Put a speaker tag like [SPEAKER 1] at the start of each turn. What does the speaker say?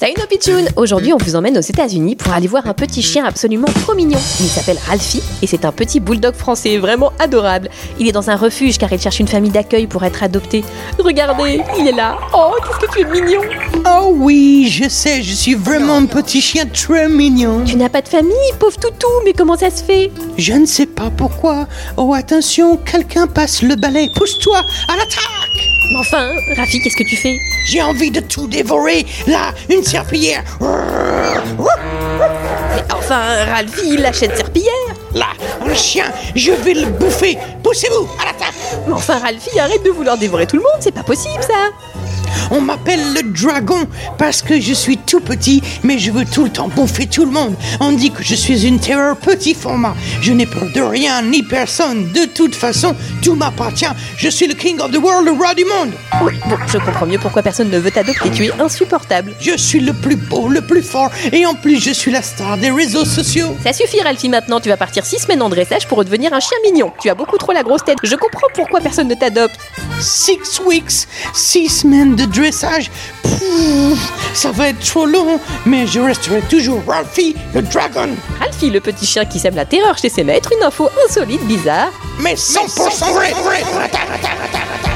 [SPEAKER 1] Salut nos pitchounes Aujourd'hui, on vous emmène aux États-Unis pour aller voir un petit chien absolument trop mignon. Il s'appelle Ralphie et c'est un petit bulldog français vraiment adorable. Il est dans un refuge car il cherche une famille d'accueil pour être adopté. Regardez, il est là. Oh, qu'est-ce que tu es mignon
[SPEAKER 2] Oh oui, je sais, je suis vraiment un petit chien très mignon.
[SPEAKER 1] Tu n'as pas de famille, pauvre toutou, mais comment ça se fait
[SPEAKER 2] Je ne sais pas pourquoi. Oh attention, quelqu'un passe le balai. Pousse-toi, à l'attaque
[SPEAKER 1] Mais enfin, Ralphie, qu'est-ce que tu fais
[SPEAKER 2] J'ai envie de tout dévorer. Là, une serpillière.
[SPEAKER 1] Mais enfin, Ralphie, il achète serpillière
[SPEAKER 2] Là, un chien, je vais le bouffer. Poussez-vous, à l'attaque
[SPEAKER 1] Mais enfin, Ralphie, arrête de vouloir dévorer tout le monde, c'est pas possible ça
[SPEAKER 2] On m'appelle le dragon parce que je suis tout petit, mais je veux tout le temps bouffer tout le monde. On dit que je suis une terreur petit format. Je n'ai peur de rien ni personne. De toute façon, tout m'appartient. Je suis le king of the world, le roi du monde.
[SPEAKER 1] Oui, bon, je comprends mieux pourquoi personne ne veut t'adopter, tu es insupportable.
[SPEAKER 2] Je suis le plus beau, le plus fort, et en plus, je suis la star des réseaux sociaux.
[SPEAKER 1] Ça suffit, Ralphie, maintenant, tu vas partir six semaines en dressage pour redevenir un chien mignon. Tu as beaucoup trop la grosse tête. Je comprends pourquoi personne ne t'adopte.
[SPEAKER 2] Six weeks, six semaines de dressage. Pfff, ça va être trop long, mais je resterai toujours Ralphie le dragon.
[SPEAKER 1] Ralphie, le petit chien qui sème la terreur chez ses maîtres, une info insolite, bizarre.
[SPEAKER 2] Mais 100%, vrai. Attaque, attaque, attaque, attaque.